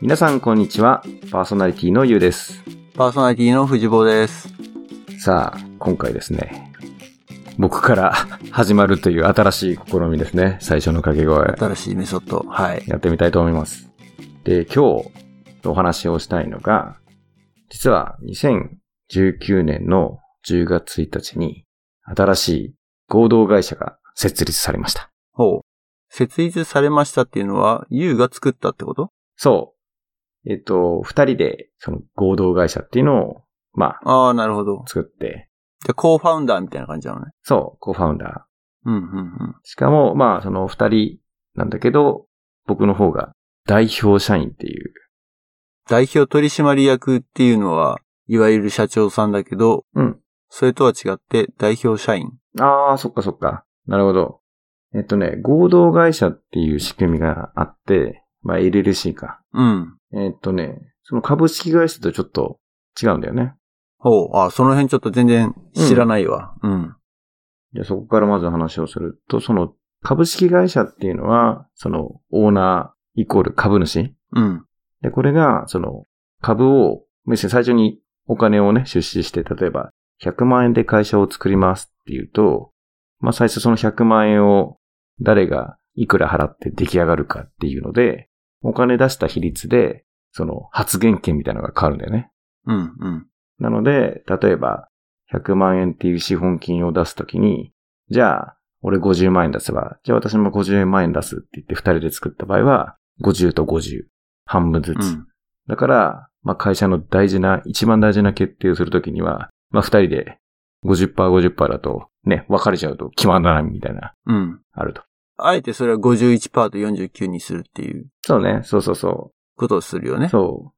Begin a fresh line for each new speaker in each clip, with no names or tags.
皆さん、こんにちは。パーソナリティのゆうです。
パーソナリティの藤坊です。
さあ、今回ですね。僕から 始まるという新しい試みですね。最初の掛け声。
新しいメソッド。はい。
やってみたいと思います。で、今日お話をしたいのが、実は2019年の10月1日に新しい合同会社が設立されました。
ほう。設立されましたっていうのは、ユウが作ったってこと
そう。えっと、二人でその合同会社っていうのを、まあ、
ああ、なるほど。
作って、
じゃあ、コーファウンダーみたいな感じなのね。
そう、コーファウンダー。
うん、うん、うん。
しかも、まあ、その二人なんだけど、僕の方が代表社員っていう。
代表取締役っていうのは、いわゆる社長さんだけど、
うん。
それとは違って、代表社員。
ああ、そっかそっか。なるほど。えっとね、合同会社っていう仕組みがあって、まあ、LLC か。
うん。
えっとね、その株式会社とちょっと違うんだよね。
ほう。ああ、その辺ちょっと全然知らないわ。うん。
じゃあそこからまず話をすると、その株式会社っていうのは、そのオーナーイコール株主
うん。
で、これが、その、株を、むしろ最初にお金をね、出資して、例えば、100万円で会社を作りますっていうと、まあ最初その100万円を誰がいくら払って出来上がるかっていうので、お金出した比率で、その発言権みたいなのが変わるんだよね。
うん、うん。
なので、例えば、100万円っていう資本金を出すときに、じゃあ、俺50万円出せば、じゃあ私も50万円出すって言って2人で作った場合は、50と50、半分ず
う
つ。
ん。
だから、まあ、会社の大事な、一番大事な決定をするときには、まあ、二人で50%、50%だと、ね、分かれちゃうと決まらないみたいな、
うん。
あると。
あえてそれは51%と49にするっていう
そうね、そうそうそ
ことをするよ
う。
ね。
そ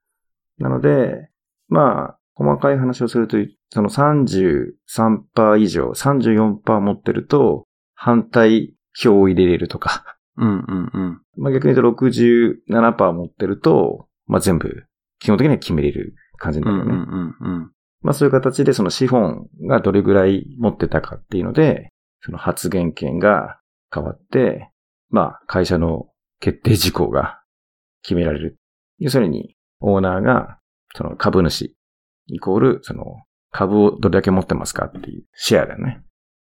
う。なので、まあ、細かい話をすると、その33%以上、34%持ってると、反対票を入れれるとか、
うん、うん、うん。
まあ逆に言うと67%持ってると、まあ全部、基本的には決めれる感じに
う
なる
ん、
よね。
うん、うん、うん。
まあそういう形でその資本がどれぐらい持ってたかっていうので、その発言権が変わって、まあ会社の決定事項が決められる。要するにオーナーがその株主イコールその株をどれだけ持ってますかっていうシェアだよね。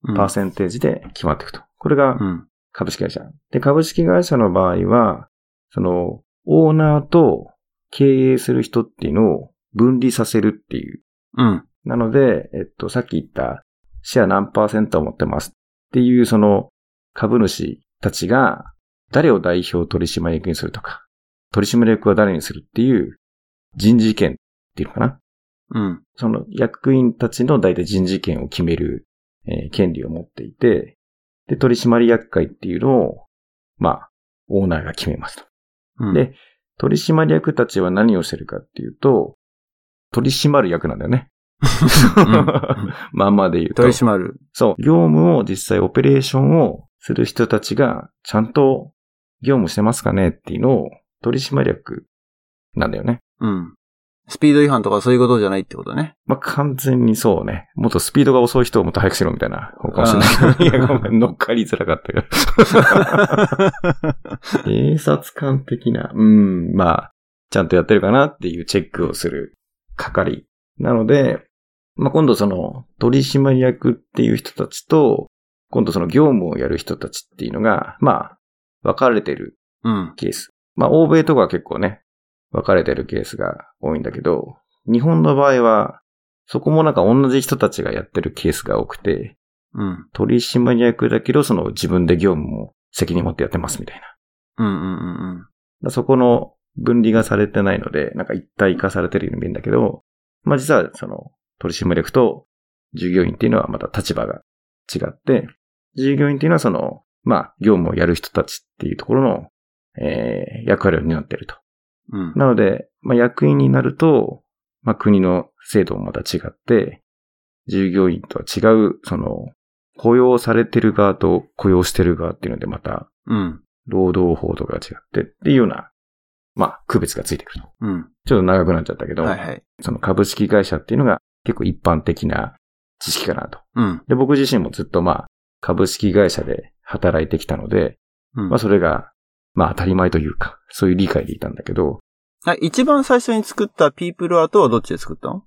うん
パーセンテージで決まっていくと。これが
うん。
株式会社。で、株式会社の場合は、そのオーナーと経営する人っていうのを分離させるっていう
うん。
なので、えっと、さっき言ったシェア何パーセントを持ってますっていうその株主たちが誰を代表取締役にするとか、取締役は誰にするっていう人事権っていうのかな。
うん。
その役員たちの大体人事権を決める、えー権利を持っていて、で、取締役会っていうのを、まあ、オーナーが決めますと。
うん
で、取締役たちは何をしてるかっていうと、取り締まる役なんだよね。まあまあで言うと。
取り締まる。
そう。業務を実際オペレーションをする人たちが、ちゃんと業務してますかねっていうのを取締役なんだよね。
うん。スピード違反とかそういうことじゃないってことね。
まあ完全にそうね。もっとスピードが遅い人をもっと早くしろみたいな方かもしれないけど。 いや、
あ
ご
あ
めん、乗っかりづらかったから。警察官的な、うん、まあ、ちゃんとやってるかなっていうチェックをする係。なので、まあ、今度その取締役っていう人たちと、今度その業務をやる人たちっていうのが、まあ、分かれてる
うん。
ケース。まあ、欧米とかは結構ね、分かれてるケースが多いんだけど、日本の場合は、そこもなんか同じ人たちがやってるケースが多くて、
うん。
取締役だけど、その自分で業務も責任持ってやってますみたいな。
うんうんうんうん。
だそこの分離がされてないので、なんか一体化されてるように見えるんだけど、まあ実はその取締役と従業員っていうのはまた立場が違って、従業員っていうのはその、まあ業務をやる人たちっていうところの、えー役割を担っていると。
うん。
なので、まあ役員になると、まあ国の制度もまた違って、従業員とは違う、その、雇用されてる側と雇用してる側っていうのでまた
うん。
労働法とかが違ってっていうような、まあ、区別がついてくると。
うん。
ちょっと長くなっちゃったけど、
はいはい。
その株式会社っていうのが結構一般的な知識かなと。
うん。
で、僕自身もずっとまあ、株式会社で働いてきたので、
うん
まあそれが、まあ当たり前というか、そういう理解でいたんだけど、
あ一番最初に作ったピープルアートはどっちで作ったの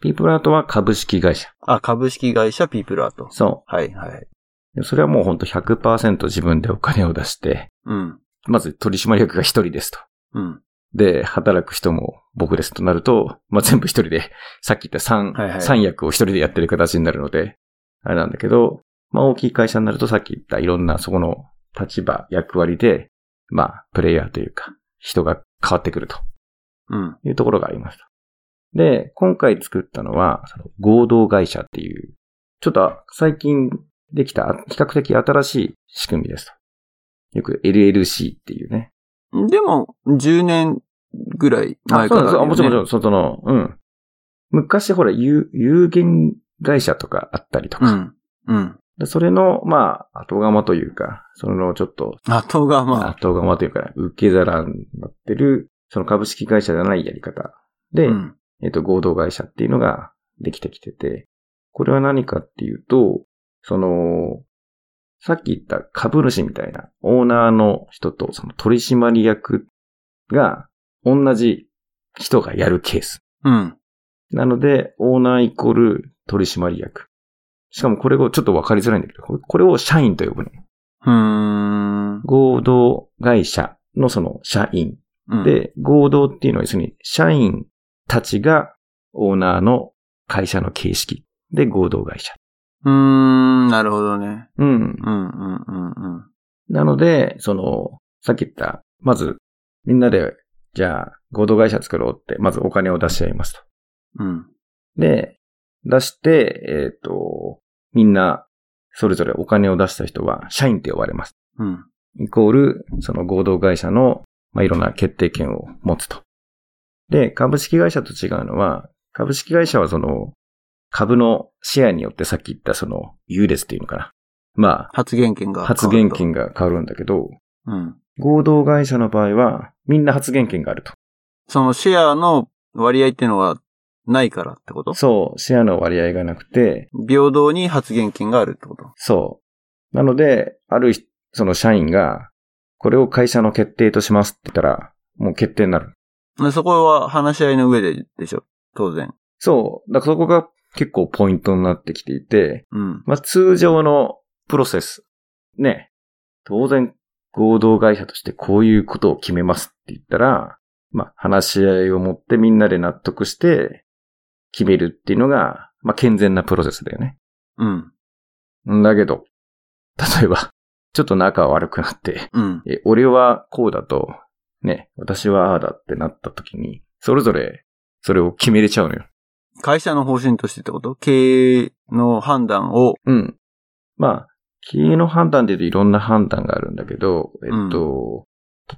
ピープルアートは株式会社。
あ、株式会社ピープルアート。
そ
はい、はい。
う。それはもうほんと100%自分でお金を出して、
うん、
まず取締役が一人ですと。
うん。
で、働く人も僕ですとなると、まあ、全部一人で、さっき言った三、
はいはい
三役を一人でやってる形になるので、あれなんだけど、まあ、大きい会社になるとさっき言ったいろんなそこの立場、役割で、まあ、プレイヤーというか、人が変わってくると
うん。
いうところがありますと。で、今回作ったのは、その合同会社っていう、ちょっと最近できた、比較的新しい仕組みですと。よく LLC っていうね、
でも、10年ぐらい
あ、
前
そ
か
うなんで
らだ
す
よ
よ。
ね、
もちろん、もちろん、その、うん。昔、ほら、有、有限会社とかあったりとか、
うん。うん。
でそれの、まあ、後釜というか、その、ちょっと、
後がまあ、
後釜というか、受け皿になってる、その株式会社じゃないやり方で、
うん。
えっと、合同会社っていうのができてきてて、これは何かっていうと、その、さっき言った株主みたいなオーナーの人とその取締役が同じ人がやるケース。
うん。
なので、オーナーイコール取締役。しかもこれをちょっとわかりづらいんだけど、これこれを社員と呼ぶの。
うーん。
合同会社のその社員。
うん、
で、合同っていうのは要するに社員たちがオーナーの会社の形式で合同会社。
うーん、なるほどね。
うん。
うん、うん、うん、うん。
なので、その、さっき言った、まずみんなで、じゃあ合同会社作ろうって、まずお金を出し合いますと。
うん。
で、出して、えっ、と、みんな、それぞれお金を出した人は、社員って呼ばれます。
うん。
イコール、その合同会社の、まあ、いろんな決定権を持つと。で、株式会社と違うのは、株式会社はその、株のシェアによってさっき言ったその、優劣っていうのかな。ま
発言権
あ、
が。
発言。権が変わるんだけど、
うん。
合同会社の場合は、みんな発言権があると。
そのシェアの割合っていうのはないからってこと
そう、シェアの割合がなくて、
平等に発言権があるってこと
そう。なので、あるひ、その社員が、これを会社の決定としますって言ったら、もう決定になる。
でそこは話し合いの上ででしょ当然。
そう。だからそこが結構ポイントになってきていて、
うん。
まあ通常のプロセス。ね。当然、合同会社としてこういうことを決めますって言ったら、まあ話し合いを持ってみんなで納得して決めるっていうのが、まあ健全なプロセスだよね。
うん。
んだけど、例えば、ちょっと仲悪くなって、
うん。
え、俺はこうだと、ね、私はああだってなった時に、それぞれ、それを決めれちゃうのよ。
会社の方針としてってこと経営の判断を。
うん。まあ、経営の判断で言うといろんな判断があるんだけど、えっと、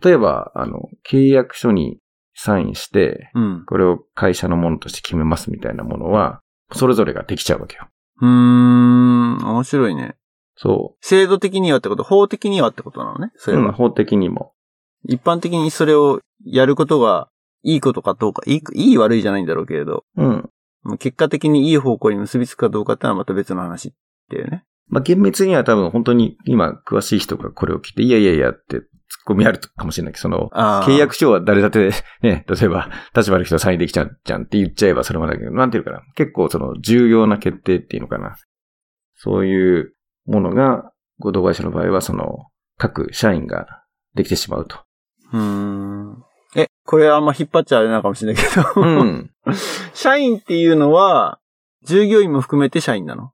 例えば、あの、契約書にサインして、
うん。
これを会社のものとして決めますみたいなものは、それぞれができちゃうわけよ。
うーん。面白いね。
そ
制度的にはってこと法的にはってことなのね
う。
それは。
うん法的にも。
一般的にそれをやることがいいことかどうか、いい、いい悪いじゃないんだろうけれど、
うん。
結果的にいい方向に結びつくかどうかってのはまた別の話っていうね。
まあ、厳密には多分本当に今詳しい人がこれを聞いて、いやいやいやって突っ込みあるかもしれないけど、その、
あー
契約書は誰だって、 ね、例えば、立場の人がサインできちゃうじゃんって言っちゃえばそれまでだけど、なんていうかな。結構その重要な決定っていうのかな。そういうものが、合同会社の場合は、その、各社員ができてしまう と。
うーん。え、これあんま引っ張っちゃあれなのかもしれないけど、
うん。
社員っていうのは、従業員も含めて社員なの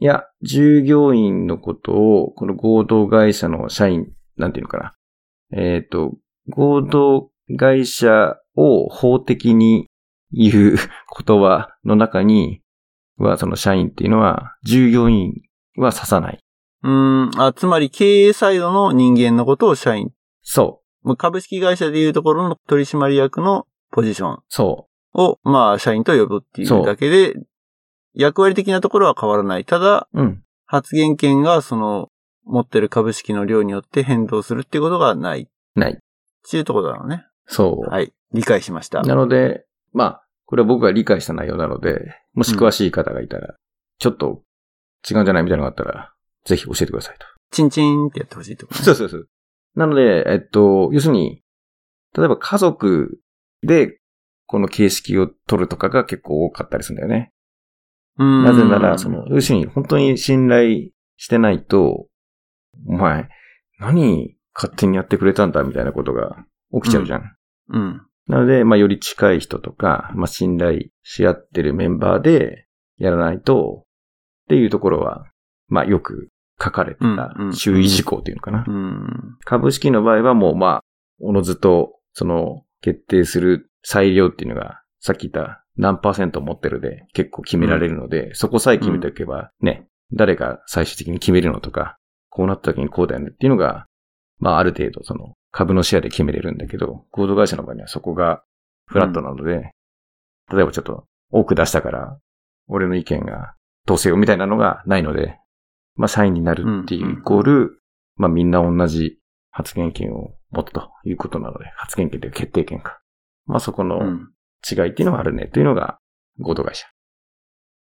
いや、従業員のことを、この合同会社の社員、なんていうのかな。えっ、と、合同会社を法的に言う言葉の中には、その社員っていうのは、従業員は指さない。
うーん。あ、つまり経営サイドの人間のことを社員。
そ
まあ株式会社でいうところの取締役のポジション
う、そ
を、まあ、社員と呼ぶってい
そう
うだけで、役割的なところは変わらない。ただ、
う。うん。
発言権がその持ってる株式の量によって変動するっていうことがないっ
ない。
ていうところなのね。
そう。
はい。理解しました。
なので、まあ、これは僕が理解した内容なので、もし詳しい方がいたら、ちょっと違うんじゃないみたいなのがあったら、ぜひ教えてくださいと。
チンチンってやってほ しいってことね。
そうそうそう。なので、えっと、要するに、例えば家族で、この形式を取るとかが結構多かったりするんだよね。
うん
なぜなら、その、要するに本当に信頼してないと、お前、何勝手にやってくれたんだみたいなことが起きちゃうじゃん。
うん。
なので、まあ、より近い人とか、まあ、信頼し合ってるメンバーでやらないと、っていうところは、まあ、よく書かれてた
うんうん
注意事項というのかな
う。ん。
株式の場合はもう、まあ、おのずと、その、決定する裁量っていうのが、さっき言った何パーセント持ってるで結構決められるので、そこさえ決めておけばね、誰が最終的に決めるのとか、こうなった時にこうだよねっていうのが、まあある程度その株のシェアで決めれるんだけど、合同会社の場合にはそこがフラットなので、例えばちょっと多く出したから、俺の意見がどうせよみたいなのがないので、まあ社員になるっていうイコール、まあみんな同じ発言権を持つということなので、発言権というか決定権か。まあそこの
うん。
違いっていうのはあるねというのが合同会社。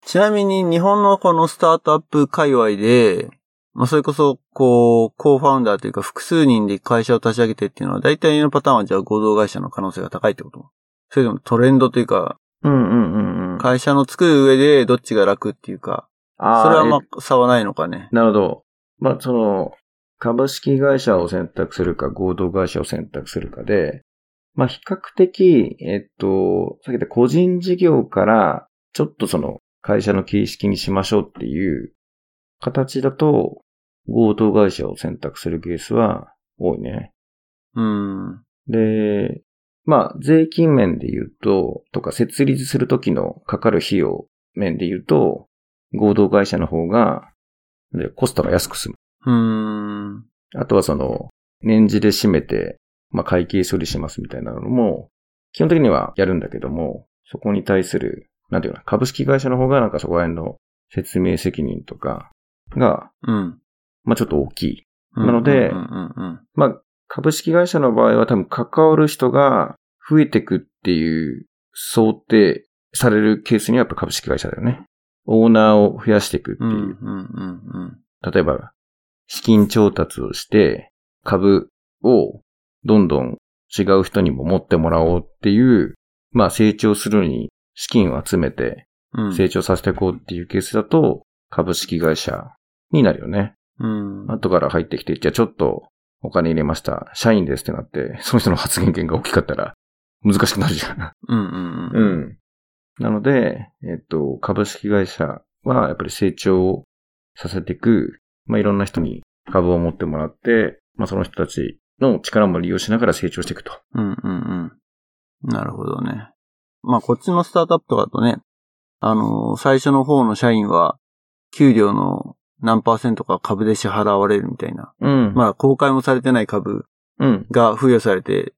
ちなみに日本のこのスタートアップ界隈で、まあそれこそ、こう、コーファウンダーというか複数人で会社を立ち上げてっていうのは大体のパターンはじゃあ合同会社の可能性が高いってことそれでもトレンドというか、
うんうんうんうん。
会社の作る上でどっちが楽っていうか、
あー
それはま
え
あ差はないのかね。
なるほど。まあ、その、株式会社を選択するか、合同会社を選択するかで、まあ、比較的、えっと、さっき言った個人事業から、ちょっとその、会社の形式にしましょうっていう形だと、合同会社を選択するケースは多いね。
うん。
で、まあ、税金面で言うと、とか、設立するときのかかる費用面で言うと、合同会社の方が、でコストが安く済む。
うん。
あとはその、年次で締めて、まあ、会計処理しますみたいなのも、基本的にはやるんだけども、そこに対する、なんていうかな、株式会社の方がなんかそこら辺の説明責任とかが、
うん。
まあ、ちょっと大きいなので
うんうんうん
まあ、株式会社の場合は多分関わる人が増えてくっていう想定されるケースにはやっぱ株式会社だよね。オーナーを増やしていくって
う
い
ん。
う。
うんうんうん
例えば、資金調達をして株をどんどん違う人にも持ってもらおうっていう、まあ成長するのに資金を集めて
うん。うん
成長させていこうっていうケースだと株式会社になるよね。
うん。
後から入ってきて、じゃあちょっとお金入れました。社員ですってなって、 その人の発言権が大きかったら難しくなるじゃん。
うんうんうん。
ん。なので、えっと、株式会社はやっぱり成長をさせていく、まあ、いろんな人に株を持ってもらって、まあ、その人たちの力も利用しながら成長していくと。
うんうんうん。なるほどね。まあこっちのスタートアップとかだとね、あのー最初の方の社員は、給料の何パーセントか株で支払われるみたいな。
うんまあ、
まあ公開もされてない株
うん。
が付与されて、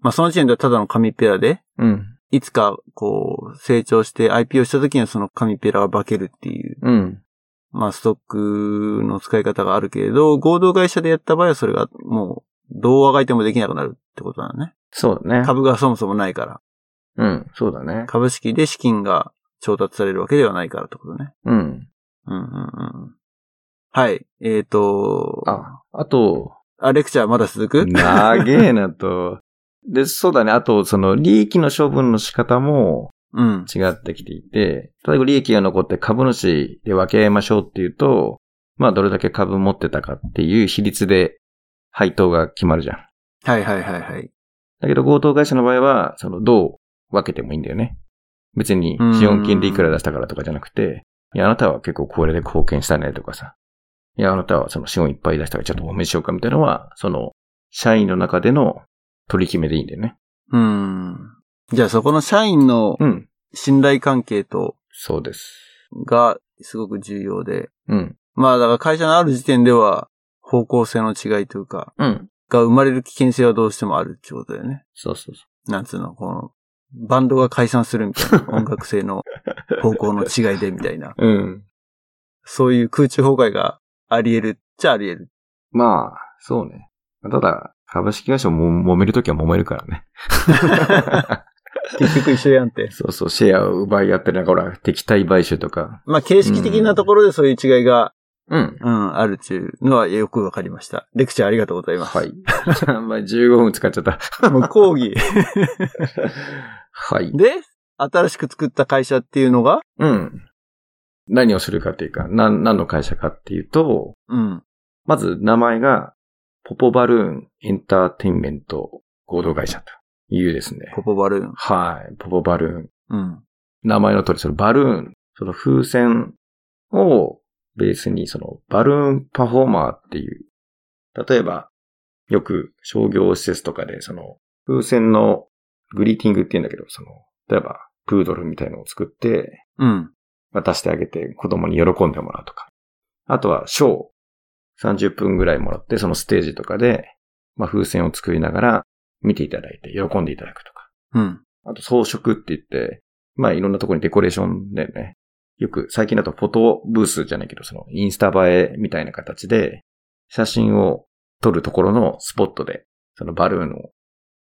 まあその時点ではただの紙ペラで、
うん。
いつかこう成長して IPO した時にはその紙ペラが化けるっていう、
うん。
まあストックの使い方があるけれど、合同会社でやった場合はそれがもうどうあがいてもできなくなるってことだね。
そうだね。
株がそもそもないから。
うん。そうだね。
株式で資金が調達されるわけではないからってことね。
うん。
うんうんうん。はい。えっ、と、
あ、あと、
あ、レクチャーまだ続く
長えなと。で、そうだね。あと、その、利益の処分の仕方も
うん。
違ってきていて、例えば利益が残って株主で分け合いましょうっていうと、まあ、どれだけ株持ってたかっていう比率で配当が決まるじゃん。
はいはいはいはい。
だけど、強盗会社の場合は、その、どう分けてもいいんだよね。別に、資本金でいくら出したからとかじゃなくて、いや、あなたは結構これで貢献したねとかさ。いや、あなたはその資本いっぱい出したからちょっとおめしようかみたいなのは、その、社員の中での取り決めでいいんだよね。
うん。じゃあそこの社員の
うん。
信頼関係と、
そうです。
がすごく重要で、
うん。
まあだから会社のある時点では方向性の違いというか、
うん。
が生まれる危険性はどうしてもあるってことだよね。
そうそうそ
なんつうの、この、バンドが解散するみたいな音楽性の方向の違いでみたいな。
う。うん。
そういう空中崩壊があり得るっちゃあり 得る。
まあ、そうね。ただ、株式会社も揉めるときは揉めるから ね。
結局一緒やんって。
そうそう、シェアを奪い合ってるなんかほら、敵対買収とか。
まあ、形式的なところでそういう違いが
うん。
うん、あるっていうのはよくわかりました。レクチャーありがとうございます。
はい。 まあ15分使っちゃった。
もう講義。
はい。
で、新しく作った会社っていうのが、
うん。何をするかっていうか、なん、何の会社かっていうと、
うん。
まず名前が、ポポバルーンエンターテインメント合同会社というですね。
ポポバルーン。
はい。ポポバルーン。
うん。
名前の通り、そのバルーン、その風船をベースに、そのバルーンパフォーマーっていう、例えば、よく商業施設とかで、その風船のグリーティングって言うんだけど、その、例えば、プードルみたいのを作って、
うん。
渡してあげて子供に喜んでもらうとか。あとは、ショー。30分ぐらいもらって、そのステージとかで、まあ、風船を作りながら見ていただいて、喜んでいただくとか。
うん。
あと、装飾って言って、まあ、いろんなところにデコレーションでね、よく、最近だとフォトブースじゃないけど、その、インスタ映えみたいな形で、写真を撮るところのスポットで、そのバルーンを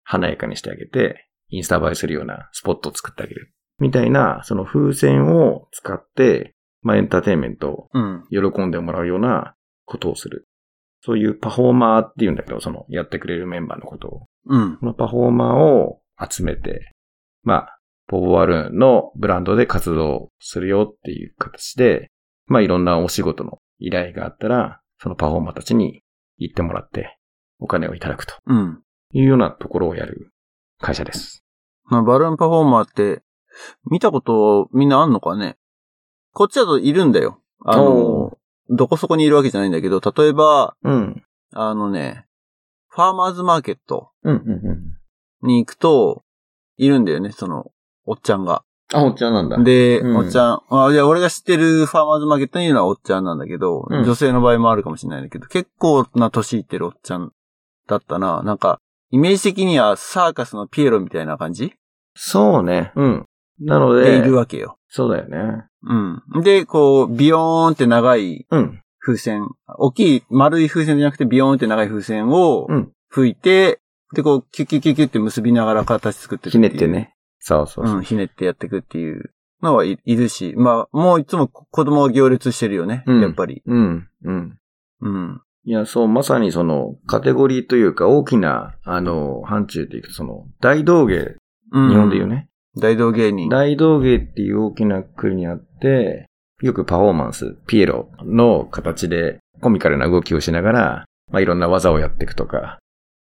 華やかにしてあげて、インスタ映えするようなスポットを作ってあげる。みたいな、その風船を使って、まあエンターテインメントを
うん。
喜んでもらうようなことをする。そういうパフォーマーっていうんだけど、そのやってくれるメンバーのことを。
うん。
このパフォーマーを集めて、まあ、ポボワルーンのブランドで活動するよっていう形で、まあいろんなお仕事の依頼があったら、そのパフォーマーたちに行ってもらって、お金をいただくと
うん。
いうようなところをやる会社です。
まあ、バルーンパフォーマーって、見たことみんなあんのかねこっちだといるんだよ。あの
お、
どこそこにいるわけじゃないんだけど、例えば、
うん。
あのね、ファーマーズマーケット
うん、うん、うん。
に行くと、いるんだよね、その、おっちゃんが。
あ、お茶なんだ。、
で、
うん
おっちゃん、あ、いや、俺が知ってるファーマーズマーケットにいるのはおっちゃんなんだけど、
うん
女性の場合もあるかもしれないんだけど、結構な年いってるおっちゃんだったな。なんか、イメージ的にはサーカスのピエロみたいな感じ
そうね。うん。なの
で
で、
いるわけよ。
そうだよね。
うん。で、こう、ビヨーンって長い
うん。
風船、大きい丸い風船じゃなくてビヨーンって長い風船を
うん。
吹いて、で、こう、キュッキュッキュッキュッって結びながら形作ってく
ひねって。ね。そうそうそう。
うん、ひねってやっていくっていうのはいいるし、まあ、もういつも子供は行列してるよね、
うん
やっぱり。
うん。うん。
うん。
いや、そう、まさにその、カテゴリーというか、大きな、あの、範疇でいくと、その、大道芸、
うん、
日本で言う。ね。
大道芸人。
大道芸っていう大きな国にあって、よくパフォーマンス、ピエロの形で、コミカルな動きをしながら、まあ、いろんな技をやっていくとか、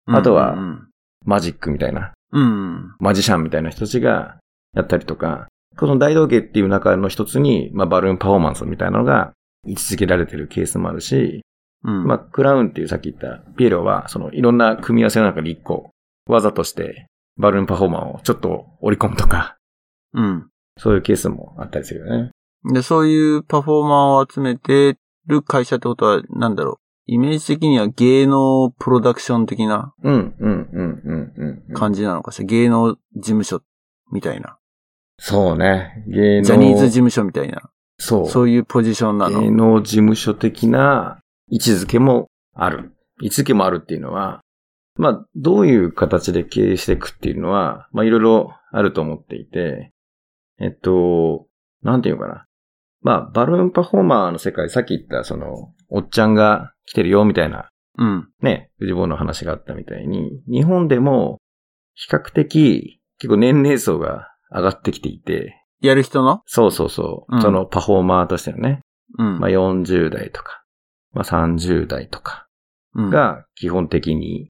あとは
うん。
マジックみたいな、
うん。
マジシャンみたいな人たちがやったりとか、この大道芸っていう中の一つに、まあ、バルーンパフォーマンスみたいなのが位置づけられてるケースもあるし、
うん。
まあ、クラウンっていうさっき言ったピエロは、そのいろんな組み合わせの中で一個、技としてバルーンパフォーマーをちょっと織り込むとか、
うん。
そういうケースもあったりするよね。
で、そういうパフォーマーを集めてる会社ってことは、なんだろう。イメージ的には芸能プロダクション的な
うん、うん、うん、うん、うんうん。
感じなのかしら。芸能事務所みたいな。
そうね。芸能。
ジャニーズ事務所みたいな。
そう。
そういうポジションな
芸
の。
能事務所的な位置づけもある。位置づけもあるっていうのは、まあ、どういう形で経営していくっていうのは、まあ、いろいろあると思っていて、えっと、なんていうのかな。まあ、バルーンパフォーマーの世界、さっき言った、その、おっちゃんが来てるよ、みたいな、
うん。
ね、藤坊の話があったみたいに、日本でも、比較的、結構年齢層が上がってきていて、
やる人の
そうそうそう、
うん
そのパフォーマーとしてのね、
うん。
まあ、40代とか、まあ、30代とか
うん、
が基本的に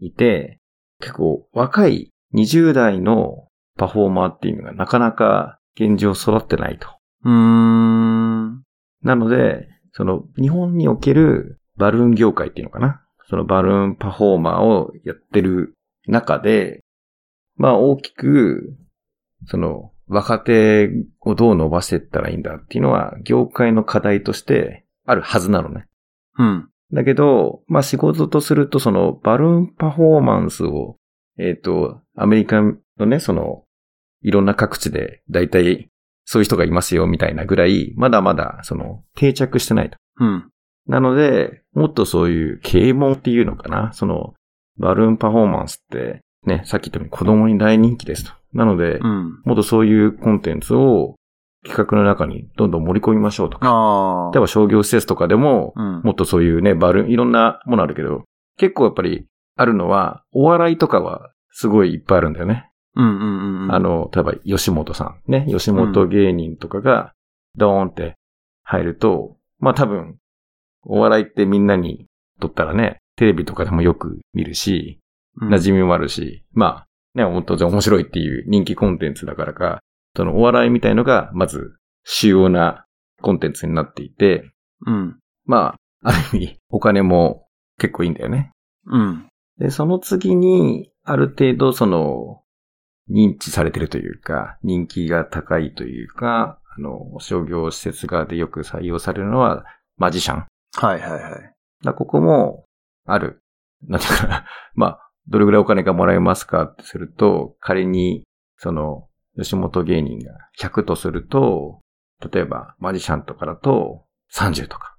いて、結構若い20代のパフォーマーっていうのがなかなか現状育ってないと。
うーん。
なので、その日本におけるバルーン業界っていうのかな。そのバルーンパフォーマーをやってる中で、まあ大きく、その若手をどう伸ばしていったらいいんだっていうのは業界の課題としてあるはずなのね。
うん。
だけど、まあ、仕事とすると、その、バルーンパフォーマンスを、えっ、と、アメリカのね、その、いろんな各地で、だいたい、そういう人がいますよ、みたいなぐらい、まだまだ、その、定着してないと。
うん。
なので、もっとそういう、啓蒙っていうのかな、その、バルーンパフォーマンスって、ね、さっき言ったように子供に大人気ですと。なので、
うん。
もっとそういうコンテンツを企画の中にどんどん盛り込みましょうとか、
ああ。
例えば商業施設とかでも、
うん。
もっとそういうね、バルーン、いろんなものあるけど、結構やっぱりあるのは、お笑いとかはすごいいっぱいあるんだよね。
うんうんうん。
あ、の、例えば吉本さんね、吉本芸人とかがドーンって入ると、まあ多分、お笑いってみんなにとったらね、テレビとかでもよく見るし、馴染みもあるし、まあ、ね、本当に面白いっていう人気コンテンツだからか、そのお笑いみたいのが、まず、主要なコンテンツになっていて、
み。うん。
まあ、ある意味、お金も結構いいんだよね。
うん。
で、その次に、ある程度、その、認知されてるというか、人気が高いというか、あの、商業施設側でよく採用されるのは、マジシャン。
はいはいはい。
だここも、ある。なんていうか な。まあ、どれぐらいお金がもらえますかってすると、仮に、その、吉本芸人が100とすると、例えば、マジシャンとかだと、30とか。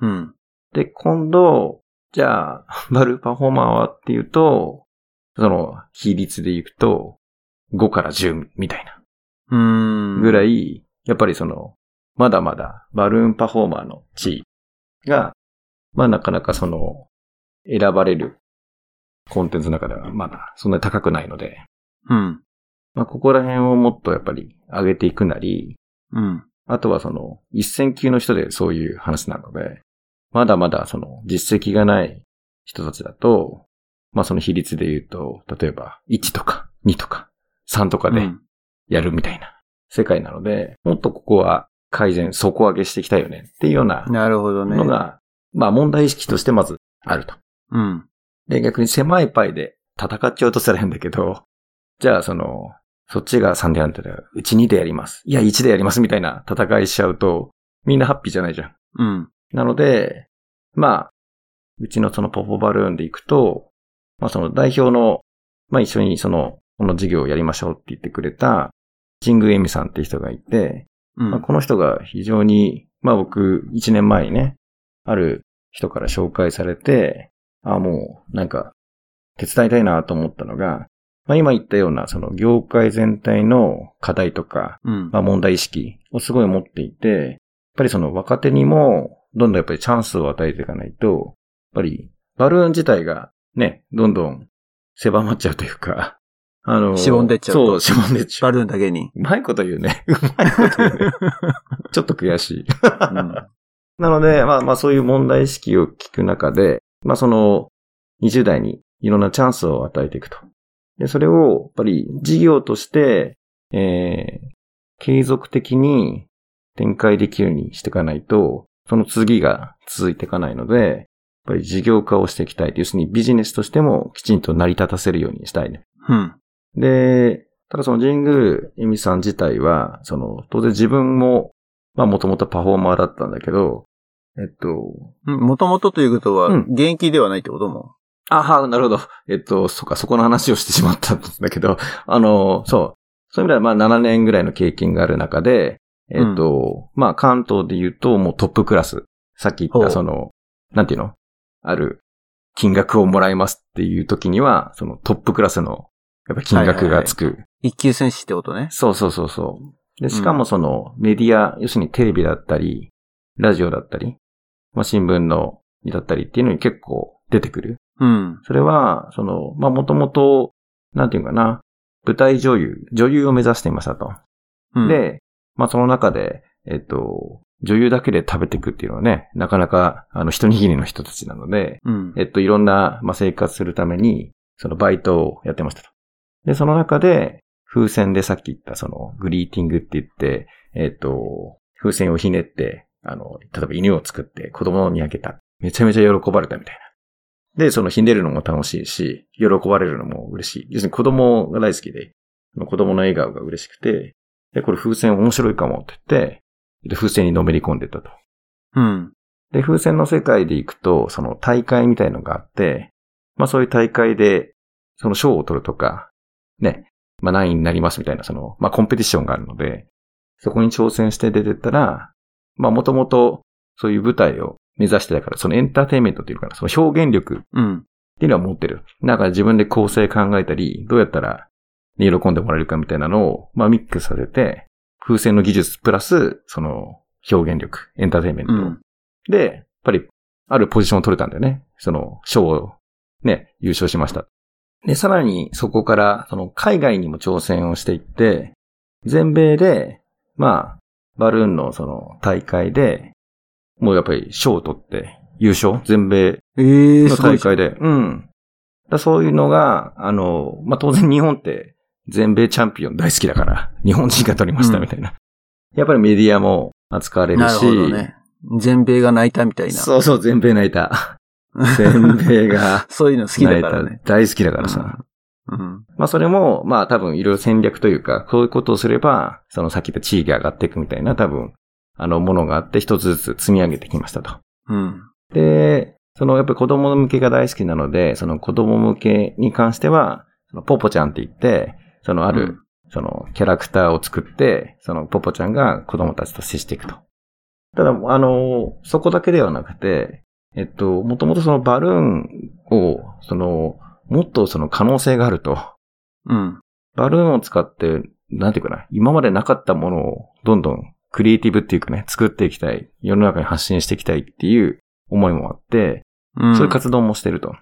うん。
で、今度、じゃあ、 バルーンパフォーマーはっていうと、その、比率でいくと、5から10みたいう
ー。
なんぐら
い。
い、やっぱりその、まだまだバルーンパフォーマーの地位が、まあなかなかその、選ばれるコンテンツの中ではまだそんなに高くないので、
うん。
まあここら辺をもっとやっぱり上げていくなり、
うん。
あとはその、一線級の人でそういう話なので、まだまだその、実績がない人たちだと、まあその比率で言うと、例えば1とか2とか3とか
う
で
ん
やるみたいな世界なので、もっとここは改善、底上げしていきたいよねっていうような
なるほどね。
のが、まあ問題意識としてまずあると。
うん。
で、逆に狭いパイで戦っちゃうとしたら変だけど、じゃあその、そっちが3でやんだったら、うち2でやります。いや、1でやりますみたいな戦いしちゃうと、みんなハッピーじゃないじゃん。
うん。
なので、まあ、うちのそのポポバルーンで行くと、まあその代表の、まあ一緒にその、この事業をやりましょうって言ってくれた、神宮恵美さんって人がいて、
うん。
まあ、この人が非常に、まあ僕、1年前にね、ある人から紹介されて、ああ、もう、なんか、手伝いたいなと思ったのが、まあ今言ったような、その業界全体の課題とか、
うん。
まあ問題意識をすごい持っていて、やっぱりその若手にも、どんどんやっぱりチャンスを与えていかないと、やっぱり、バルーン自体がね、どんどん狭まっちゃうというか、あの、
しぼんでっちゃう
そう、
と
しぼんでっちゃう
バルーンだ けに。
うまいこと言うね。うまいこと言うね。ちょっと悔しい。
うん。
なので、まあまあそういう問題意識を聞く中で、まあその20代にいろんなチャンスを与えていくと。で、それをやっぱり事業として、えー、継続的に展開できるようにしていかないと、その次が続いていかないので、やっぱり事業化をしていきたい。要するにビジネスとしてもきちんと成り立たせるようにしたいね。
うん。
で、ただその神宮恵美さん自体は、その、当然自分も、まあもともとパフォーマーだったんだけど、えっと、
もともとということは、
うん
現役ではないってことも。
あは、なるほど。えっと、そっか、そこの話をしてしまったんだけど、 あの、そう。そういう意味では、まあ7年ぐらいの経験がある中で、えっと、まあ関東で言うともうトップクラス。さっき言っ
ほ
た
う
その、なんていうのある金額をもらいますっていう時には、そのトップクラスの、やっぱ金額がつく
一級戦士ってことね。
そうそうそうそう。で、しかもそのメディア、要するにテレビだったり、ラジオだったり、まあ、新聞の、だったりっていうのに結構出てくる。
うん。
それは、その、まあ、もともと、なんていうかな、舞台女優、女優を目指していましたと。
うん、
で、まあ、その中で、えっと、女優だけで食べていくっていうのはね、なかなか、あの、一握りの人たちなので、
うん。
えっと、いろんな、まあ、生活するために、そのバイトをやってましたと。で、その中で、風船でさっき言った、その、グリーティングって言って、えっと、風船をひねって、あの、例えば犬を作って子供にあげた。めちゃめちゃ喜ばれたみたいな。で、そのひねるのも楽しいし、喜ばれるのも嬉しい。要するに子供が大好きで、子供の笑顔が嬉しくて、で、これ風船面白いかもって言って、で風船にのめり込んでったと。
うん。
で、風船の世界で行くと、その大会みたいのがあって、まあそういう大会で、その賞を取るとか、ね、まあ何位になりますみたいな、その、まあコンペティションがあるので、そこに挑戦して出てったら、まあもともとそういう舞台を目指してたから、そのエンターテインメントっていうかな、その表現力っ
うん。
ていうのは持ってる。だから自分で構成考えたり、どうやったら喜んでもらえるかみたいなのを、まあミックスさせて、風船の技術プラス、その、表現力、エンターテインメント。
うん。
で、やっぱり、あるポジションを取れたんだよね。その、賞を、ね、優勝しました。で、さらに、そこから、その、海外にも挑戦をしていって、全米で、まあ、バルーンのその、大会で、もうやっぱり賞を取って、優勝全米
ええ
の
すご
大
いじゃ
会
ん。
で。うん。だそういうのが、あの、まあ、当然日本って全米チャンピオン大好きだから、日本人が取りました
うん
みたいな。やっぱりメディアも扱われる
なる
し、
ほどね。全米が泣いたみたいな。
そうそう、全米泣いた。 全米が
そういうの好き
泣
だ
い
か
た。
らね。
大好きだからさ。
うん。
まあそれも、まあ多分いろいろ戦略というか、こういうことをすれば、そのさっき言った地位が上がっていくみたいな多分、あのものがあって一つずつ積み上げてきましたと。
うん。
で、そのやっぱり子供向けが大好きなので、その子供向けに関しては、そのポポちゃんって言って、そのある、
うん
そのキャラクターを作って、そのポポちゃんが子供たちと接していくと。ただ、あの、そこだけではなくて、えっと、もともとそのバルーンを、その、もっとその可能性があると。
うん。
バルーンを使って、なんていうかな、今までなかったものをどんどんクリエイティブっていうかね、作っていきたい、世の中に発信していきたいっていう思いもあって、
うん。
そういう活動もしてると。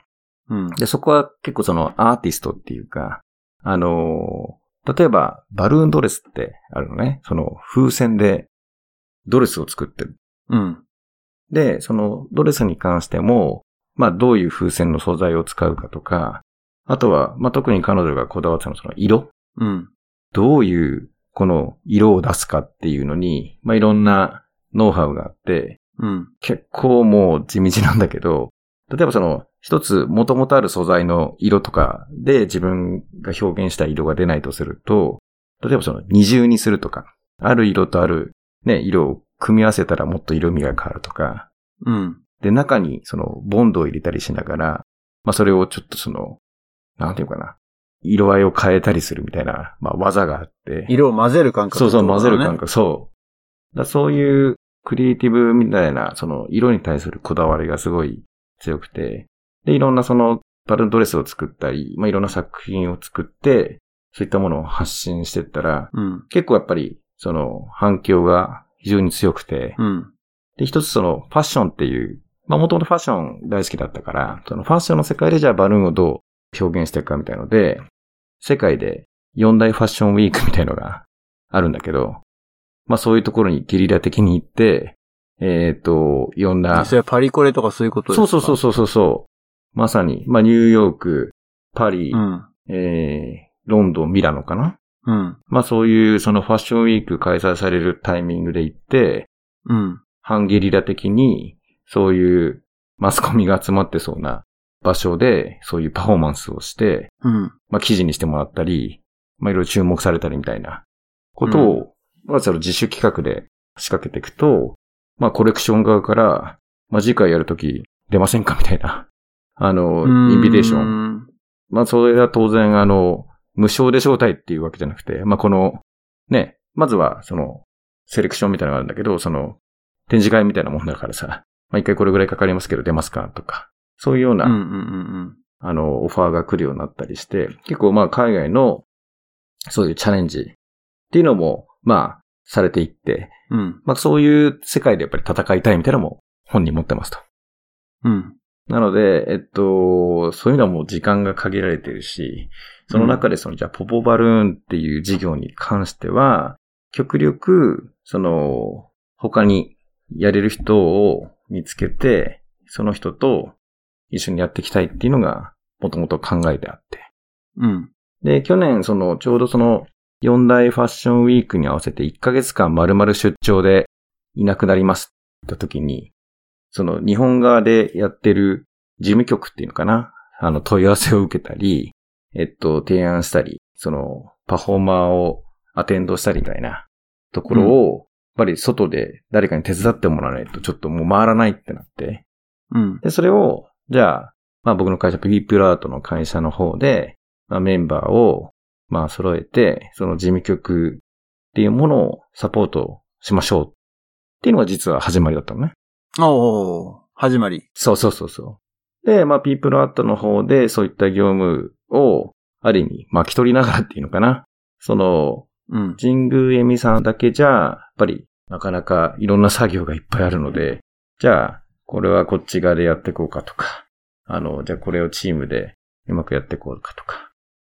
うん。
で、そこは結構そのアーティストっていうか、あのー例えばバルーンドレスってあるのね、その風船でドレスを作ってる。
うん。
で、そのドレスに関しても、まあどういう風船の素材を使うかとか、あとは、まあ特に彼女がこだわってたのはその色
うん。
どういうこの色を出すかっていうのに、まあ、いろんなノウハウがあって、
うん。
結構もう地道なんだけど、例えばその一つ元々ある素材の色とかで自分が表現したい色が出ないとすると、例えばその二重にするとか、ある色とあるね、色を組み合わせたらもっと色味が変わるとか、
うん。
で、中にそのボンドを入れたりしながら、まあそれをちょっとその、なんていうかな、色合いを変えたりするみたいな、まあ技があって。
色を混ぜる感覚
そうそう、混ぜる感
覚。
覚、そう。だそういうクリエイティブみたいな、その色に対するこだわりがすごい強くて、で、いろんなそのバルーンドレスを作ったり、まあいろんな作品を作って、そういったものを発信してったら、
うん。
結構やっぱり、その反響が非常に強くて、
うん。
で、一つそのファッションっていう、まあもともとファッション大好きだったから、そのファッションの世界でじゃあバルーンをどう表現していくかみたいので、世界で4大ファッションウィークみたいのがあるんだけど、まあそういうところにゲリラ的に行って、えっ、と、いろんな、
それはパリコレとかそういうことです
そう
か
そうそうそうそうそう、まさに、まあニューヨーク、パリ、
うん。
えー、ロンドン、ミラノかな
うん。
まあそういうそのファッションウィーク開催されるタイミングで行って、
うん。
ハンゲリラ的に、そういうマスコミが集まってそうな場所で、そういうパフォーマンスをして、
うん。
まあ、記事にしてもらったり、まあ、いろいろ注目されたりみたいなことを、まあ、その自主企画で仕掛けていくと、まあ、コレクション側から、まあ、次回やるとき出ませんかみたいな、あの、インビテーション
ン。
まあ、それは当然、あの、無償で招待っていうわけじゃなくて、まあ、この、ね、まずは、その、セレクションみたいなのがあるんだけど、その、展示会みたいなもんだからさ、まあ、一回これぐらいかかりますけど出ますかとか、そういうような、
うんうんうん
あの、オファーが来るようになったりして、結構まあ、海外の、そういうチャレンジっていうのも、まあ、されていって、
うん。うん。
まあ、そういう世界でやっぱり戦いたいみたいなのも本人持ってますと。
うん。
なので、えっと、そういうのはもう時間が限られてるし、その中でその、じゃあ、ポポバルーンっていう事業に関しては、極力、その、他にやれる人を見つけて、その人と一緒にやっていきたいっていうのが、もともと考えてあって。
うん。
で、去年、その、ちょうどその、四大ファッションウィークに合わせて1ヶ月間丸々出張でいなくなりますって時に、その、日本側でやってる事務局っていうのかなあの、問い合わせを受けたり、えっと、提案したり、その、パフォーマーをアテンドしたりみたいなところを、やっぱり外で誰かに手伝ってもらわないとちょっともう回らないってなって、
うん。
で、それを、じゃあ、まあ僕の会社、ピープルアートの会社の方で、まあメンバーを、まあ揃えて、その事務局っていうものをサポートしましょうっていうのが実は始まりだったのね。
おー、始まり。
そうそうそうそう。で、まあピープルアートの方でそういった業務を、ある意味、巻き取りながらっていうのかな。その、
うん。
神宮恵美さんだけじゃ、やっぱりなかなかいろんな作業がいっぱいあるので、じゃあ、これはこっち側でやっていこうかとか、あの、じゃあこれをチームでうまくやっていこうかとか。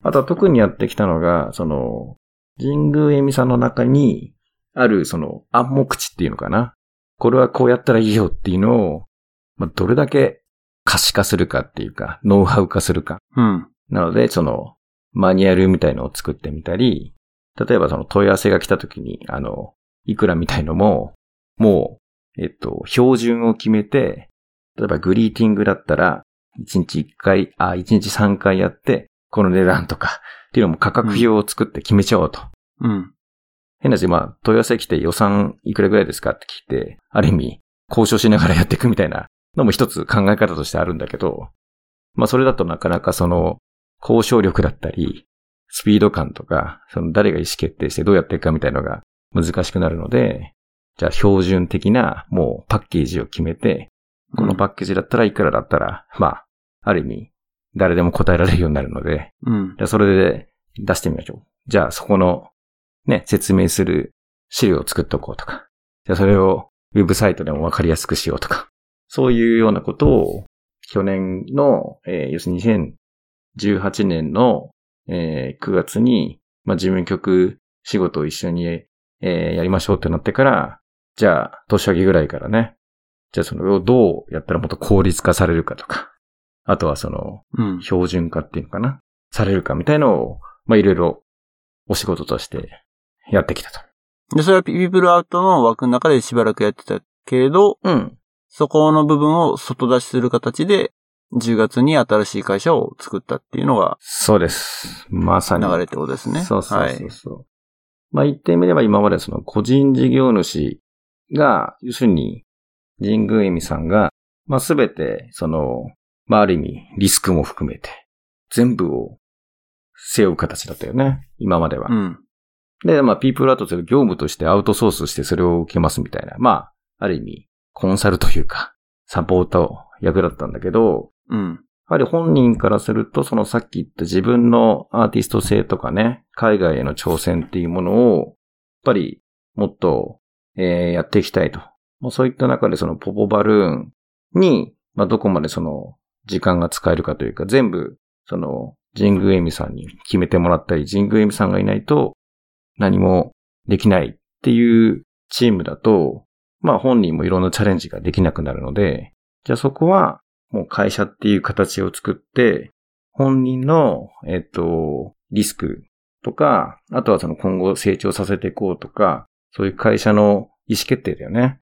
あとは特にやってきたのが、その、神宮恵美さんの中にあるその暗黙知っていうのかな。これはこうやったらいいよっていうのを、まあ、どれだけ可視化するかっていうか、ノウハウ化するか。
うん。
なので、その、マニュアルみたいのを作ってみたり、例えばその問い合わせが来た時に、あの、いくらみたいのも、もう、えっと、標準を決めて、例えばグリーティングだったら、1日1回、あ、1日3回やって、この値段とか、っていうのも価格表を作って決めちゃおうと。
うん。
変な話、まあ、問い合わせ来て予算いくらぐらいですかって聞いて、ある意味、交渉しながらやっていくみたいなのも一つ考え方としてあるんだけど、まあ、それだとなかなかその、交渉力だったり、スピード感とか、その誰が意思決定してどうやっていくかみたいなのが難しくなるので、じゃあ標準的なもうパッケージを決めて、このパッケージだったらいくらだったら、まあ、ある意味、誰でも答えられるようになるので、
うん。
じゃあそれで出してみましょう。じゃあそこのね、説明する資料を作っとこうとか。じゃあそれをウェブサイトでもわかりやすくしようとか。そういうようなことを去年の、えー要するに2018年の、えー9月に、まあ、事務局仕事を一緒に、えーやりましょうってなってから、じゃあ年明けぐらいからね、じゃあそれをどうやったらもっと効率化されるかとか、あとはその、
うん。
標準化っていうのかなされるかみたいのを、まあ、いろいろお仕事としてやってきたと。
で、それはピピープルアウトの枠の中でしばらくやってたけれど、
うん。
そこの部分を外出しする形で、10月に新しい会社を作ったっていうのが
そうです。まさに。
流れってことですね。
そうそう
は
そ。
いう
そう。まあ、言ってみれば今までその個人事業主が、要するに、神宮恵美さんが、まあ、すべて、その、まあ、ある意味、リスクも含めて、全部を背負う形だったよね。今までは。
うん。
で、まあ、ピープルアートという業務としてアウトソースしてそれを受けますみたいな。まあ、ある意味、コンサルというか、サポート役だったんだけど、
うん。
やはり本人からすると、そのさっき言った自分のアーティスト性とかね、海外への挑戦っていうものを、やっぱりもっと、えーやっていきたいと。まあそういった中でそのポポバルーンに、まあ、どこまでその時間が使えるかというか、全部、その、神宮恵美さんに決めてもらったり、神宮恵美さんがいないと何もできないっていうチームだと、まあ本人もいろんなチャレンジができなくなるので、じゃあそこはもう会社っていう形を作って、本人の、えっと、リスクとか、あとはその今後成長させていこうとか、そういう会社の意思決定だよね。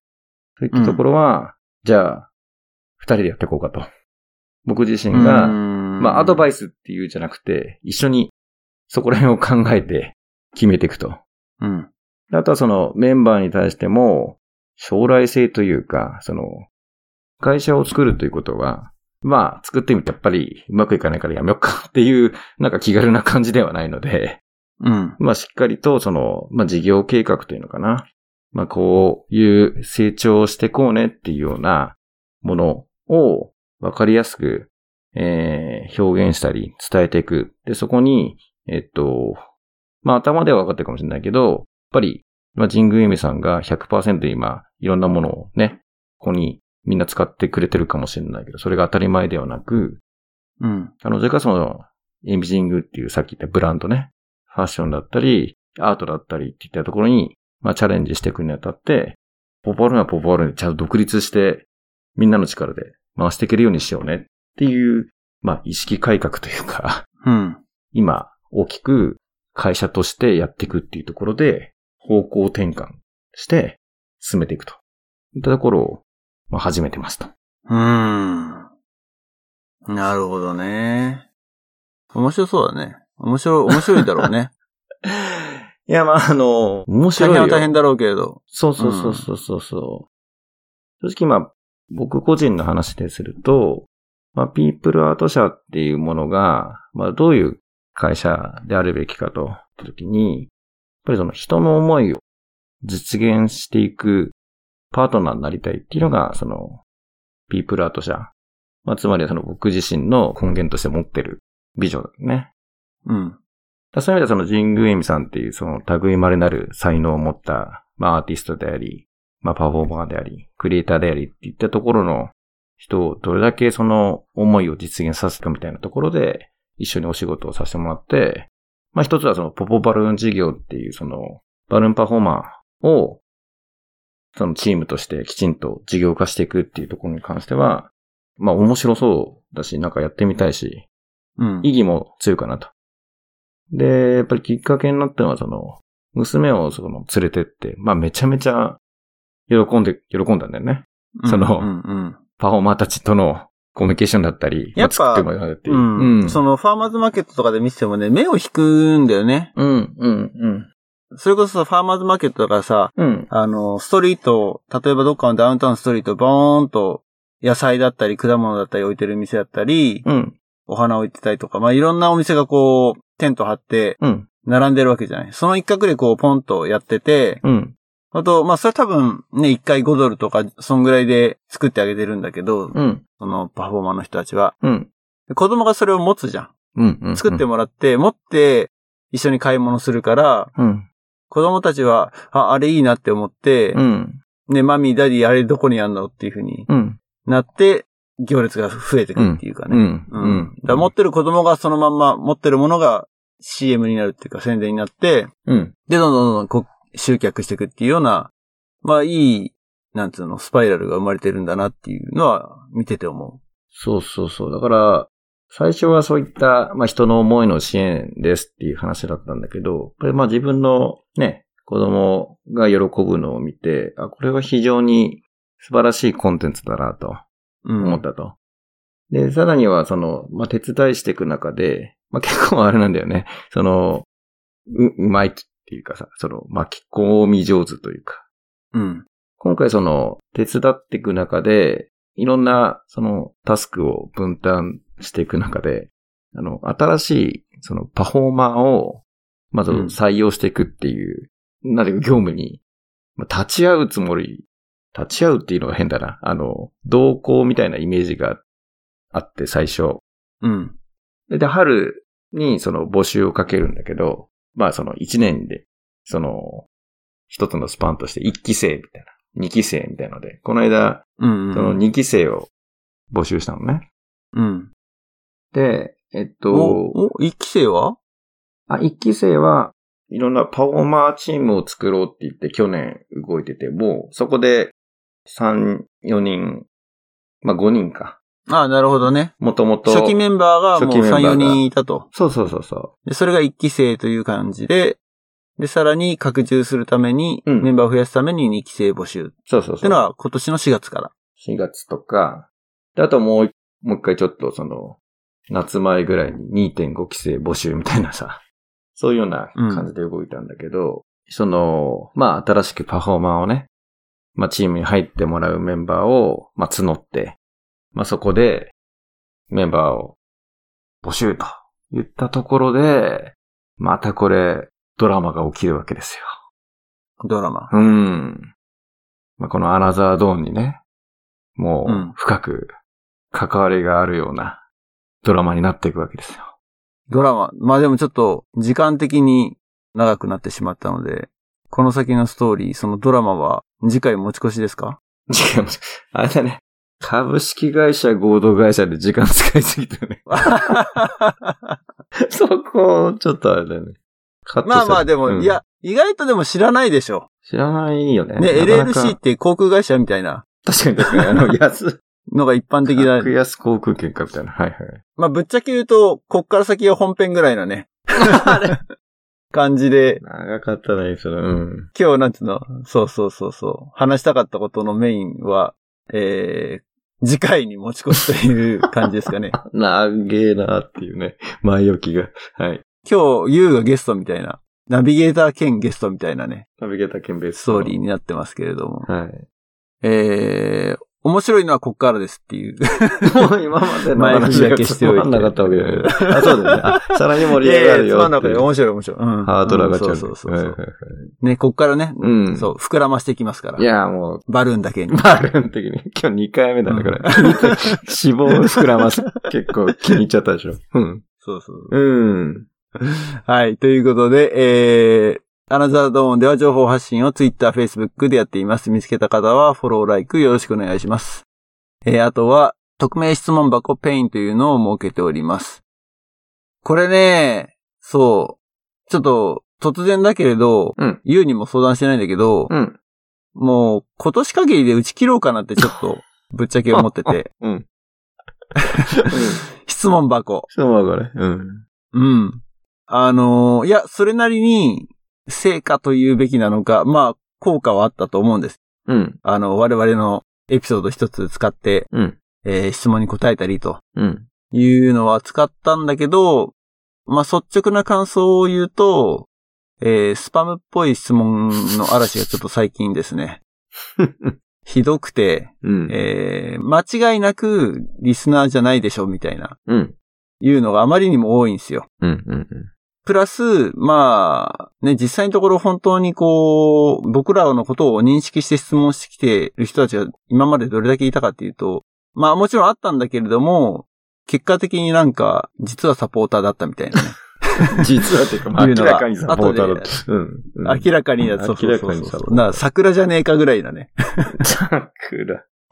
そういったところは、じゃあ、二人でやっていこうかと。僕自身が、まあ、アドバ
イ
イスっていうんじゃなくて、一緒にそこら辺を考えて決めていくと。
ス。うん。
あとはそのメンバーに対しても、将来性というか、その、会社を作るということは、まあ、作ってみてやっぱりうまくいかないからやめようかっていう、なんか気軽な感じではないので、
うん。
まあ、しっかりとその、まあ、事業計画というのかな。まあ、こういう成長をしてこうねっていうようなものをわかりやすく、えー表現したり伝えていく。で、そこに、えっと、まあ、頭では分かってるかもしれないけど、やっぱり、まあ、神宮由美さんが100%今、いろんなものをね、ここにみんな使ってくれてるかもしれないけど、それが当たり前ではなく、
うん。
彼女がその、エンビジングっていうさっき言ったブランドね、ファッションだったり、アートだったりっていったところに、まあチャレンジしていくにあたって、ポポールンはポポールンでちゃんと独立して、みんなの力で回していけるようにしようねっていう、まあ意識改革というか、
うん。
今大きく会社としてやっていくっていうところで方向転換して進めていくと。いったところを、まあ始めてますと。
うん。なるほどね。面白そうだね。面白い、面白いんだろうね。
いや、まあ、あの、 面
大
白い
変
よ。
は大変だろうけれど。
そうそうそうそうそうそう、正直まあ、僕個人の話ですると、まあ、ピープルアート社っていうものが、まあ、どういう会社であるべきかと、った時に、やっぱりその人の思いを実現していくパートナーになりたいっていうのが、その、ピープルアート社。まあ、つまりはその僕自身の根源として持ってるビジョンだよね。
うん。
だそういう意味ではそのジングエミさんっていうその類まれなる才能を持った、まあアーティストであり、まあパフォーマーであり、クリエイターでありっていったところの人をどれだけその思いを実現させるかみたいなところで一緒にお仕事をさせてもらって、まあ一つはそのポポバルーン事業っていうそのバルーンパフォーマーをそのチームとしてきちんと事業化していくっていうところに関しては、まあ面白そうだし、なんかやってみたいし、
うん。
意義も強いかなと。で、やっぱりきっかけになったのは、その、娘をその連れてって、まあめちゃめちゃ喜んで、喜んだんだよね。
うん
その
うんうん
パフォーマーたちとのコミュニケーションだったり、
やっぱ
まあ作ってもらうっていう。
うん。
うん、
その、ファーマーズマーケットとかで見ててもね、目を引くんだよね。
うん、うん、うん。
それこそさ、ファーマーズマーケットとかさ、
うん、
あの、ストリート、例えばどっかのダウンタウンストリート、ボーンと、野菜だったり、果物だったり置いてる店だったり、
うん、
お花置いてたりとか、まあ、いろんなお店がこう、テント張って、
うん、
並んでるわけじゃない。その一角でこう、ポンとやってて、
うん、
あと、まあ、それ多分、ね、一回5ドルとか、そんぐらいで作ってあげてるんだけど、
うん、
その、パフォーマーの人たちは。
うん、
で子供がそれを持つじゃん。
うん、うん。
作って
も、
もらって、持って、一緒に買い物するから、
うん、
子供たちは、あ、あれいいなって思って
う、ん、
ね、マミー、ダディ、あれどこにあんのっていう風に
うん、
なって、行列が増えてくるっていうか
う
ね。
ん、う
うんだから持ってる子供がそのまんま持ってるものが CM になるっていうか宣伝になって、
うん、
で、どんどんどんどんこう集客していくっていうような、まあいい、なんつうの、スパイラルが生まれてるんだなっていうのは見てて思
そうそうそう。だから、最初はそういった、まあ、人の思いの支援ですっていう話だったんだけど、これまあ自分のね、子供が喜ぶのを見て、あ、これは非常に素晴らしいコンテンツだなと
う。うん。
思ったと。で、さらにはその、まあ、手伝いしていく中で、まあ、結構あれなんだよね。その、う、うまいっていうかさ、その、巻き込み上手というか、
うん。
今回その手伝っていく中で、いろんなそのタスクを分担していく中で、あの、新しいそのパフォーマーを、まず
うん
採用していくっていう、なんていうか業務に、まあ立ち会うつもり、立ち会うっていうのが変だな。あの、同行みたいなイメージがあって最初。
うん。
で、で春にその募集をかけるんだけど、まあその1年で、その、一つのスパンとして1期生みたいな、2期生みたいなので、この間、
うん。
その2期生を募集したのね。
うん。
で、えっと、
お、お、一期生は
あ、1期生はいろんなパフォーマーチームを作ろうって言って去年動いてて、もうそこで3、4人、まあ5人か。
ああ、なるほどね。
もともと。
初期メンバーがもう
初期メンバー
3、
が
4人いたと。
そうそうそうそう。
で、それが一期生という感じで、で、さらに拡充するために、
うん
メンバーを増やすために二期生募集っ
そうそうそう。
てのは今年の4月から。
4月とか、であともう、もう一回ちょっとその、夏前ぐらいに2.5期生募集みたいなさ、そういうような感じで動いたんだけど、その、まあ新しくパフォーマーをね、まあチームに入ってもらうメンバーを、まあ募って、まあそこで、メンバーを募集と言ったところで、またこれ、ドラマが起きるわけですよ。
ドラマ。
うん。まあ、このアナザードーンにね、も
うん
う深く関わりがあるようなドラマになっていくわけですよ。
ドラマ。まあでもちょっと時間的に長くなってしまったので、この先のストーリー、そのドラマは次回持ち越しですか
時間も、あれだね。株式会社合同会社で時間使いすぎたよね。 そこ、ちょっとあれだよね。カットした
まあまあでも、
うん
いや、意外とでも知らないでしょ。
知らないよね。
ね、
なかなか
LLC って航空会社みたいな
確かに確かに、あ の、安、
のが一般的な。
格安航空券かみたいな。はいはい。
まあぶっちゃけ言うと、こっから先が本編ぐらいのね、感じで、
長かったね、それ。うん。
今日なんつうの、そうそうそうそう、話したかったことのメインは、えー、次回に持ち越しという感じです かね。
長えなっていうね。前置きが。はい。
今日、ユウがゲストみたいな、ナビゲーター兼ゲストみたいなね、
ナビゲーター兼ベース。
ストーリーになってますけれども。
はい。
えー、面白いのはこっからですっていう。
もう今までの
前振りだけしておいて
つまんなかったわけだよね。あ、そうだよね。あさらに盛り上がるよっていう。
つまんなかったよ面白い面白い。うん
ハードル上がっちゃう
う
ね。
んそうそうそう
はい
そう
はいはい
ね、こっからね、
うん。
そう、膨らましていきますから。
いや、もう、
バルーンだけ に。
バルーン的に。今日2回目だね、これ。
う ん
脂肪を膨らます。結構気に入っちゃったでしょ。うん。
そうそう。
うん。
はい。ということで、えー、アナザードーンでは情報発信を Twitter、Facebook でやっています。見つけた方はフォロー、ライクよろしくお願いします。えー、あとは、匿名質問箱ペインというのを設けております。これね、そう。ちょっと、突然だけれど、
うん。
ユウにも相談してないんだけど、
うん。
もう、今年限りで打ち切ろうかなってちょっと、ぶっちゃけ思っ てて。
うん。
質問箱。
そう、これ。うん。
うん。あのーいや、それなりに、成果というべきなのか、まあ、効果はあったと思うんです。
うん。
あの、我々のエピソード一つ使って、
うん。
えー質問に答えたりと
うん。
いうのは使ったんだけど、まあ、率直な感想を言うと、えースパムっぽい質問の嵐がちょっと最近ですね。ひどくて、
うん。
えー間違いなくリスナーじゃないでしょ、みたいな、
うん。
いうのがあまりにも多いんですよ。
うん。うん。
プラス、まあ、ね、実際のところ本当にこう、僕らのことを認識して質問してきてる人たちが今までどれだけいたかっていうと、まあもちろんあったんだけれども、結果的になんか、実はサポーターだったみたいなね。
実はていうか、まあ、
いう
明
のが
らかにサポーターだった。うん。うん
明らかに
う
や
ん
そうそうそう
明らかに
そ
サ
う
ポータ。ー
な桜じゃねえかぐらいだね。
桜。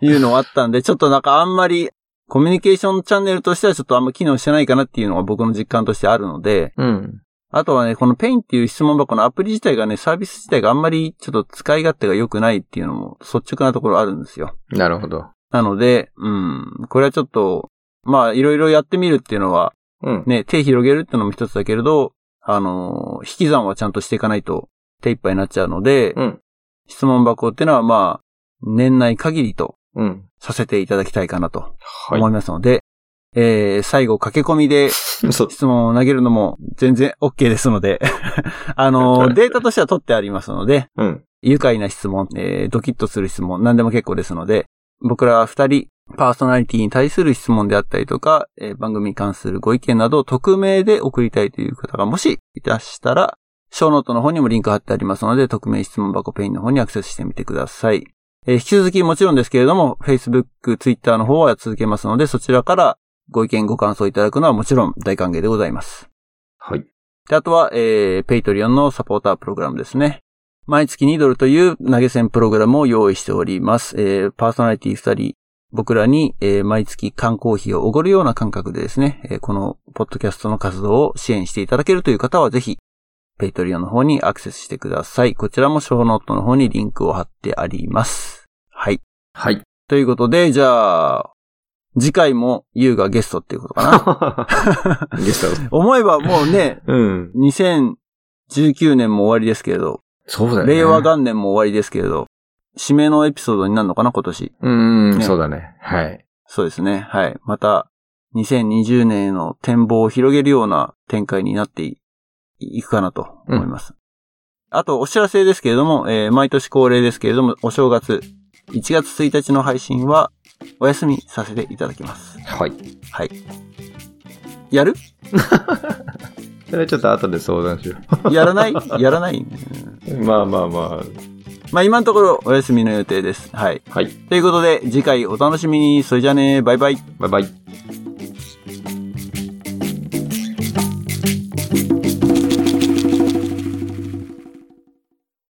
いうのがあったんで、ちょっとなんかあんまり、コミュニケーションチャンネルとしてはちょっとあんま機能してないかなっていうのが僕の実感としてあるので、
うん。
あとはね、このペインっていう質問箱のアプリ自体がね、サービス自体があんまりちょっと使い勝手が良くないっていうのも率直なところあるんですよ。
なるほど。
なので、うん、これはちょっと、まあ、いろいろやってみるっていうのは、
うん。
ね、手広げるっていうのも一つだけれど、あのー引き算はちゃんとしていかないと手一杯になっちゃうので、
うん。
質問箱っていうのはまあ、年内限りと
うん。
させていただきたいかなと思い
は
ますので、えー、最後駆け込みで
い。そう。
質問を投げるのも全然 OK ですので、 あの、データとしては取ってありますので、
うん。
愉快な質問、えードキッとする質問、何でも結構ですので、僕ら二人、パーソナリティに対する質問であったりとか、えー番組に関するご意見などを匿名で送りたいという方がもしいたしたら、ショーノートの方にもリンク貼ってありますので、匿名質問箱ペインの方にアクセスしてみてください。えー引き続きもちろんですけれども、Facebook、Twitter の方は続けますので、そちらからご意見ご感想いただくのはもちろん大歓迎でございます。
はい。
で、あとは、えー、ペイトリオンのサポータープログラムですね。毎月2ドルという投げ銭プログラムを用意しております。えー、パーソナリティ2人、僕らに、えー、毎月缶コーヒーをおごるような感覚でですね、えー、このポッドキャストの活動を支援していただけるという方はぜひ、ペイトリオンの方にアクセスしてください。こちらもショーノートの方にリンクを貼ってあります。はい。
はい。
ということで、じゃあ、次回もユウがゲストっていうことか な。
ゲスト。
思えばもうね、
うん。
2019年も終わりですけれど、
そうだよね。
令和元年も終わりですけれど、締めのエピソードになるのかな、今年。
うん、
ね
そうだね。はい。
そうですね。はい。また、2020年への展望を広げるような展開になっていいくかなと思います。あと、お知らせですけれども、えー毎年恒例ですけれども、お正月、1月1日の配信は、お休みさせていただきます。
はい。
はい。やる
それはちょっと後で相談しよ
やらないやらない、うん
う。まあまあま
まあ今のところお休みの予定です。はい。
あ。はい。
ということで、次回お楽しみに。それじゃあね、バイバイ。
バイバイ。